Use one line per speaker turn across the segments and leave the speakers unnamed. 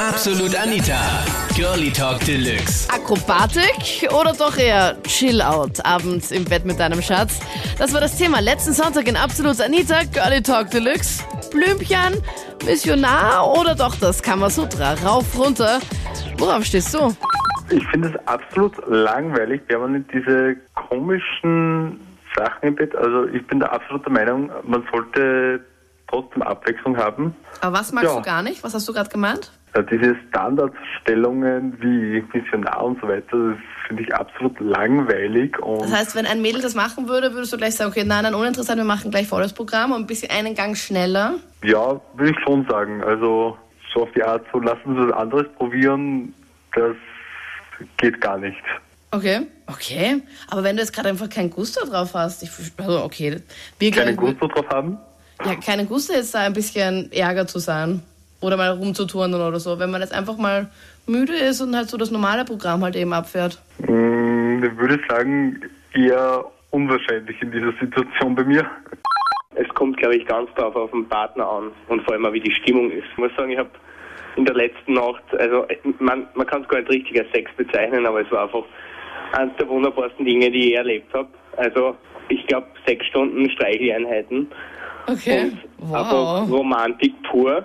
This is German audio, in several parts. Absolut Anita. Girlie Talk Deluxe.
Akrobatik oder doch eher Chill-Out abends im Bett mit deinem Schatz? Das war das Thema letzten Sonntag in Absolut Anita, Girlie Talk Deluxe. Blümchen, Missionar oder doch das Kamasutra? Rauf, runter. Worauf stehst du?
Ich finde es absolut langweilig, permanent diese komischen Sachen im Bett. Also ich bin der absoluten Meinung, man sollte trotzdem Abwechslung haben.
Aber was magst
Ja.
du gar nicht? Was hast du gerade gemeint?
Ja, Diese Standardstellungen wie Missionar und so weiter, das finde ich absolut langweilig und
Das heißt, wenn ein Mädel das machen würde, würdest du gleich sagen, okay, nein, nein, uninteressant, wir machen gleich volles Programm und ein bisschen einen Gang schneller.
ja, würde ich schon sagen. Also so auf die Art, so lassen Sie was anderes probieren, das geht gar nicht.
Okay. Okay. Aber wenn du jetzt gerade einfach keinen Gusto drauf hast, ich, also okay, wir
Keinen
glaub ich,
Gusto drauf haben?
Ja, keine Gusto jetzt da ein bisschen Ärger zu sein oder mal rumzuturnen oder so. Wenn man jetzt einfach mal müde ist und halt so das normale Programm halt eben abfährt.
Hm, ich würde sagen, eher unwahrscheinlich in dieser Situation bei mir.
Es kommt, glaube ich, ganz drauf auf den Partner an und vor allem auch, wie die Stimmung ist. Ich muss sagen, ich habe in der letzten Nacht, also äh, man, man kann es gar nicht richtig als Sex bezeichnen, aber es war einfach eines der wunderbarsten Dinge, die ich je erlebt habe. Also ich glaube, sechs Stunden Streicheleinheiten
Okay.
und einfach Romantik pur.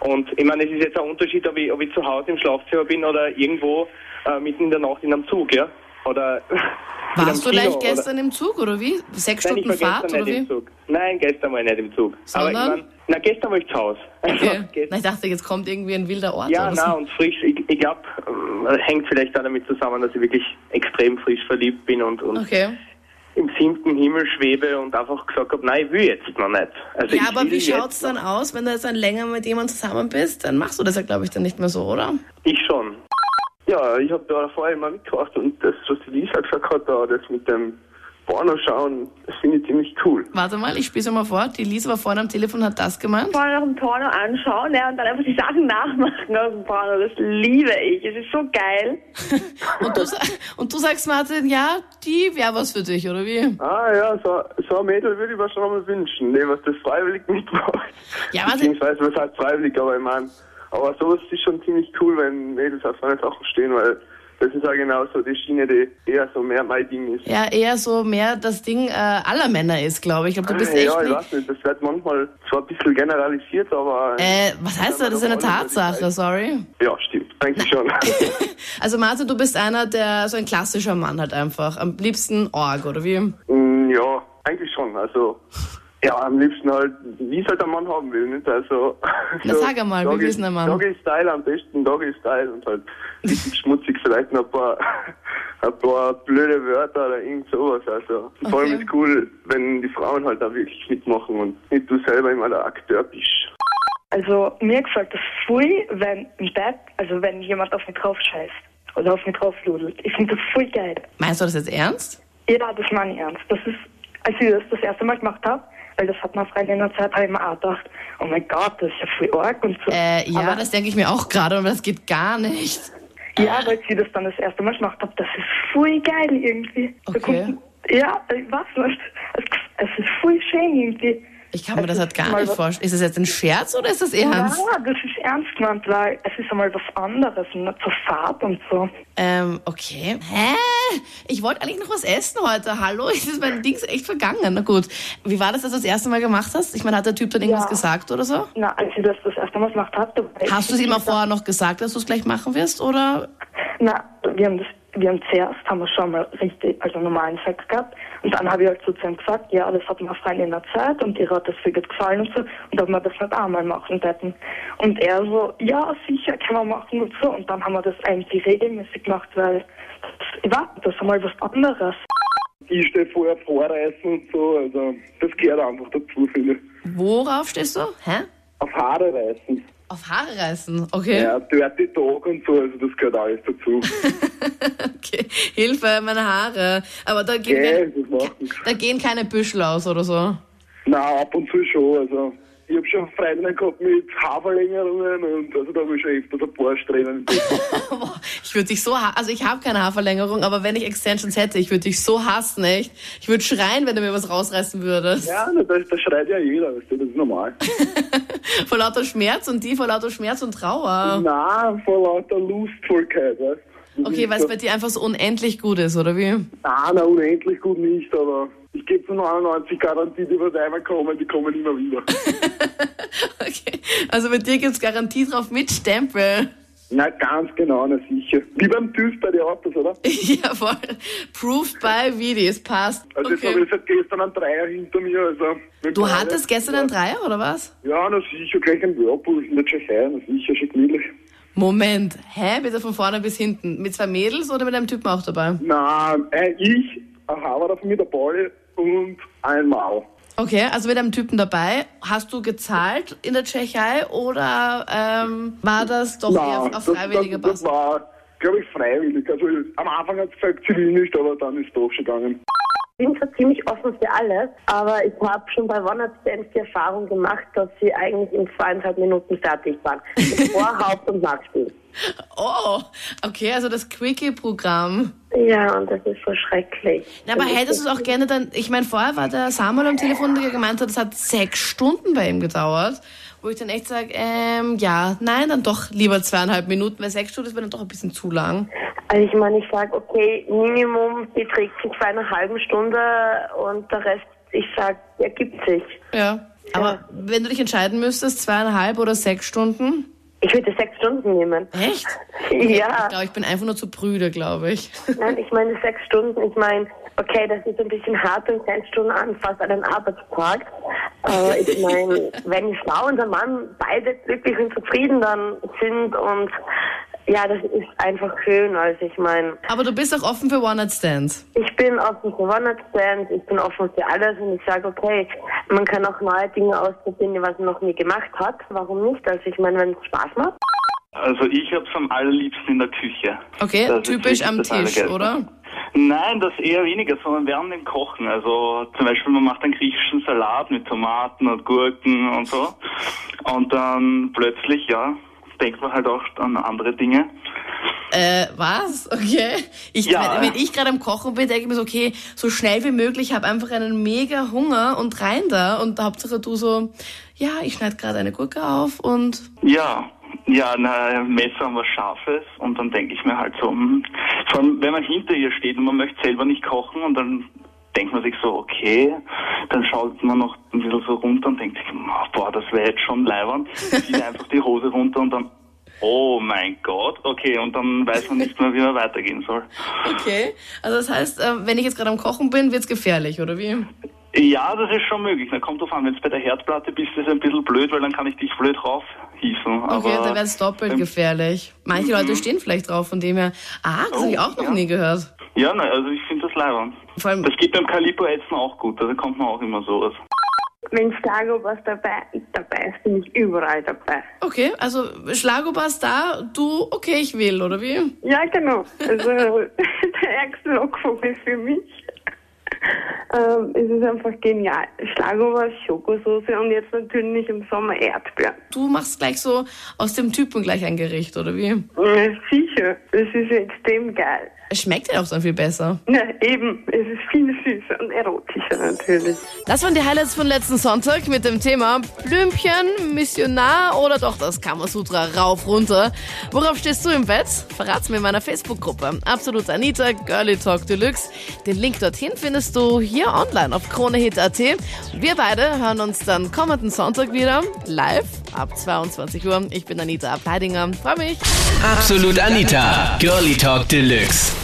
Und ich meine, es ist jetzt ein Unterschied, ob ich, ob ich zu Hause im Schlafzimmer bin oder irgendwo äh, mitten in der Nacht in einem Zug, ja? Oder in einem
Warst du gleich
Kino oder-
gestern im Zug oder wie? Sechs
Nein, ich war
Stunden
gestern
Fahrt
nicht
oder
im
wie?
Zug. Nein, gestern war ich nicht im Zug. Aber
Sondern?
ich mein, na, gestern war ich zu Hause. Also,
Okay. Na,
gestern,
ich dachte, jetzt kommt irgendwie ein wilder Ort.
ja,
oder so.
na und frisch, ich, ich glaube, hängt vielleicht auch damit zusammen, dass ich wirklich extrem frisch verliebt bin und, und
Okay.
im siebten Himmel schwebe und einfach gesagt habe, nein, ich will jetzt noch nicht. Also
Ja,
ich
aber
will
wie
jetzt
schaut's dann
noch.
aus, wenn du jetzt dann länger mit jemandem zusammen bist? Dann machst du das ja, glaube ich, dann nicht mehr so, oder?
Ich schon.
Ja, ich habe da vorher immer mitgemacht und das, was die Lisa gesagt hat, da, das mit dem Porno schauen, das finde ich ziemlich cool.
Warte mal, ich spiel's mal vor. Die Lisa war vorne am Telefon, hat das gemeint.
vorne nach dem Porno anschauen ja, und dann einfach die Sachen nachmachen aus dem Porno. Das liebe ich. Es ist so geil.
Und du, sa- und du sagst, Martin, ja, die wäre was für dich, oder wie?
Ah ja, so, so ein Mädel würde ich mir schon mal wünschen, ne, was das freiwillig mitmacht.
Ja, was-
Beziehungsweise was halt freiwillig, aber ich mein, aber sowas ist schon ziemlich cool, wenn Mädels auf so einer Sache stehen, weil das ist ja genau so die Schiene, die eher so mehr mein Ding ist.
Ja, eher so mehr das Ding äh, aller Männer ist, glaube ich. Ich glaube, du bist echt
ja, ich
nicht.
weiß nicht, das wird manchmal zwar ein bisschen generalisiert, aber
Äh, was heißt das? Das ist eine
Ja, aber die
Tatsache, sorry.
ja, stimmt, eigentlich schon.
Also Martin, du bist einer, der so ein klassischer Mann halt einfach. Am liebsten Org, oder wie?
Mm, Ja, eigentlich schon. Also, ja, am liebsten halt, wie es halt der Mann haben will, nicht? Also,
Na, sag einmal, wie
Doggy-
will's der Mann?
Doggy-Style am besten, Doggy-Style und halt richtig schmutzig, vielleicht noch ein paar, ein paar blöde Wörter oder irgend sowas. Also, vor allem
Okay.
ist cool, wenn die Frauen halt da wirklich mitmachen und nicht du selber immer der Akteur bist.
Also mir gefällt das voll, wenn im Bett, also wenn jemand auf mich drauf scheißt oder auf mich drauf ludelt. Ich finde das voll geil.
Meinst du das jetzt ernst?
Jeder das meine ich ernst. Das ist, als ich das das erste Mal gemacht habe, weil das hat man vor einer Zeit, habe ich mir auch gedacht, oh mein Gott, das ist ja voll arg und so.
Äh, ja,
aber,
das denke ich mir auch gerade, aber das geht gar nicht.
ja, weil ich das dann das erste Mal gemacht habe, das ist voll geil irgendwie. Da
Okay.
kommt- ja, ich weiß nicht. Es, es ist voll schön irgendwie.
Ich kann mir das
Das
halt
ist
gar
mal
nicht
was-
vorstellen. Ist das jetzt ein Scherz oder ist das ernst?
Ja, das ist ernst gemeint, weil es ist einmal was anderes, nicht so fad und so.
Ähm, okay. Hä? Ich wollte eigentlich noch was essen heute. Hallo? Jetzt ist mein Dings echt vergangen. Na gut. Wie war das, dass du das erste Mal gemacht hast? Ich meine, hat der Typ dann irgendwas
Ja.
gesagt oder so?
Na, als ich das das erste Mal gemacht habe, da war ich-
Hast du es ihm auch vorher noch gesagt, dass du es gleich machen wirst? Oder?
Na, wir haben das, wir haben zuerst, haben wir schon mal richtig, also normalen Sex gehabt. Und dann habe ich halt so zu ihm gesagt, ja, das hat mir Freundin in der Zeit und ihr hat das viel gut gefallen und so. Und ob wir das nicht einmal machen hätten. Und er so, ja, sicher, können wir machen und so. Und dann haben wir das eigentlich regelmäßig gemacht, weil, das, ich weiß, nicht, das ist mal was anderes.
Ich stehe vorher vorreißen und so, also, das gehört einfach dazu, finde ich.
Worauf stehst du? Hä?
Auf Haare reißen.
Auf Haare reißen. Okay.
Dirty Talk und so, also das gehört alles dazu.
okay. Hilfe, meine Haare. Aber da gehen,
das macht nichts.
keine, da gehen keine Büschel aus oder so.
Na, ab und zu schon. Also Ich hab schon Freunde gehabt mit Haarverlängerungen und also da hab ich schon öfter so ein paar Strähnen.
Ich würde dich so ha- also ich habe keine Haarverlängerung, aber wenn ich Extensions hätte, ich würde dich so hassen, echt. Ich würde schreien, wenn du mir was rausreißen würdest.
Ja, na, das, das schreit ja jeder, weißt du, das ist normal.
Vor lauter Schmerz und die vor lauter Schmerz und Trauer.
Nein, vor lauter Lustvollkeit, weißt du. Das
Okay,
ist
weil
so-
es bei dir einfach so unendlich gut ist, oder wie?
Nein, nein, unendlich gut nicht, aber ich gebe zu 99 Garantie, die was einmal kommen, die kommen immer wieder.
Okay. Also mit dir gibt's Garantie drauf mit Stempel.
na, ganz genau, na sicher. Wie beim TÜV bei den Autos, oder?
Jawohl. Proof by Videos, passt.
Also jetzt habe
Okay.
ich seit gestern einen Dreier hinter mir. Also
Du hattest gestern einen Dreier, oder was?
Ja, na sicher, gleich ein Whirlpool in der Tschechei, na sicher, schon gemütlich.
Moment. Hä? Bitte von vorne bis hinten. Mit zwei Mädels oder mit einem Typen auch dabei?
Nein, äh, ich, ein Haverer von mir, der Pauli und einmal.
Okay, also mit einem Typen dabei. Hast du gezahlt in der Tschechei oder ähm, war das doch eher auf
das,
freiwilliger
das, das
Basis?
war, glaube ich, freiwillig. Also am Anfang hat es gesagt, zivil nicht, aber dann ist es doch schon gegangen.
Ich bin zwar ziemlich offen für alles, aber ich habe schon bei One-Night-Stands die Erfahrung gemacht, dass sie eigentlich in zweieinhalb Minuten fertig waren. Mit Vor-, Haupt- und Nachspiel.
Oh, okay, also das Quickie-Programm.
Ja, und das ist so schrecklich.
Na, aber hättest du es auch gerne dann, ich meine, vorher war der Samuel am Telefon, der gemeint hat, es hat sechs Stunden bei ihm gedauert, wo ich dann echt sage, ähm, ja, nein, dann doch lieber zweieinhalb Minuten, weil sechs Stunden ist mir dann doch ein bisschen zu lang.
Also ich meine, ich sag, okay, Minimum beträgt von zweieinhalb Stunde und der Rest, ich sag, ergibt sich.
Ja. Aber wenn du dich entscheiden müsstest, zweieinhalb oder sechs Stunden?
Ich würde sechs Stunden nehmen.
Echt? Ich
Ja.
glaube, ich bin einfach nur zu prüde, glaube ich.
Nein, ich meine sechs Stunden. Ich meine, okay, das ist ein bisschen hart und sechs Stunden an fast einen Arbeitstag. Aber ich meine, wenn die Frau und der Mann beide glücklich und zufrieden dann sind und ja, das ist einfach schön. Also ich meine,
Aber du bist auch offen für One-Night-Stands.
ich bin offen für One-Night-Stands, ich bin offen für alles und ich sage, okay, man kann auch neue Dinge ausprobieren, die was man noch nie gemacht hat. Warum nicht? Also ich meine, wenn es Spaß macht.
Also ich hab's am allerliebsten in der Küche.
Okay,
Das ist
typisch
wirklich
am
das
Tisch,
Allergeilste.
oder?
Nein, das eher weniger, sondern während dem Kochen. Also zum Beispiel, man macht einen griechischen Salat mit Tomaten und Gurken und so. Und dann plötzlich, ja, denkt man halt auch an andere Dinge.
Äh, was? Okay. Ich,
Ja.
wenn, wenn ich gerade am Kochen bin, denke ich mir so, okay, so schnell wie möglich, habe einfach einen mega Hunger und rein da. Und Hauptsache du so, ja, ich schneide gerade eine Gurke auf und
Ja, ja, na, Messer haben was Scharfes und dann denke ich mir halt so, hm, vor allem wenn man hinter ihr steht und man möchte selber nicht kochen und dann denkt man sich so, okay, dann schaut man noch ein bisschen so runter und denkt sich, "Ma, boah, das wäre jetzt schon leiwand, zieht einfach die Hose runter und dann, oh mein Gott, okay, und dann weiß man nicht mehr, wie man weitergehen soll.
okay. Also das heißt, äh, wenn ich jetzt gerade am Kochen bin, wird's gefährlich, oder wie?
Ja, das ist schon möglich, dann kommt drauf an, wenn es bei der Herdplatte bist, ist es ein bisschen blöd, weil dann kann ich dich blöd raufhießen.
Okay,
aber
dann wäre es doppelt
beim
gefährlich. Manche Leute stehen vielleicht drauf, von dem her. Ah, das habe ich
Oh,
auch noch
ja.
nie gehört.
Ja, nein, also ich finde das leider.
Vor allem-
das geht beim Calippo Ätzen auch gut, da kommt man auch immer sowas.
Wenn Schlager was dabei ist, dabei ist, bin ich überall dabei.
Okay, also Schlagobers da, du, okay, ich will, oder wie?
Ja, genau. Also der ärgste Lockvogel für mich. Ähm, es ist einfach genial. Schlagober, Schokosoße und jetzt natürlich im Sommer Erdbeer.
Du machst gleich so aus dem Typen gleich ein Gericht, oder wie?
Ja, sicher, das ist extrem geil.
Es schmeckt ja auch dann viel besser.
Na, eben, es ist viel süßer und erotischer natürlich.
Das waren die Highlights von letzten Sonntag mit dem Thema Blümchen, Missionar oder doch das Kamasutra rauf runter. Worauf stehst du im Bett? Verrat's mir in meiner Facebook-Gruppe. Absolut Anita, Girlie Talk Deluxe. Den Link dorthin findest du hier online auf kronehit.at. Wir beide hören uns dann kommenden Sonntag wieder live ab 22 Uhr. Ich bin Anita Ableidinger. Freue mich.
Absolut Anita, Girlie Talk Deluxe.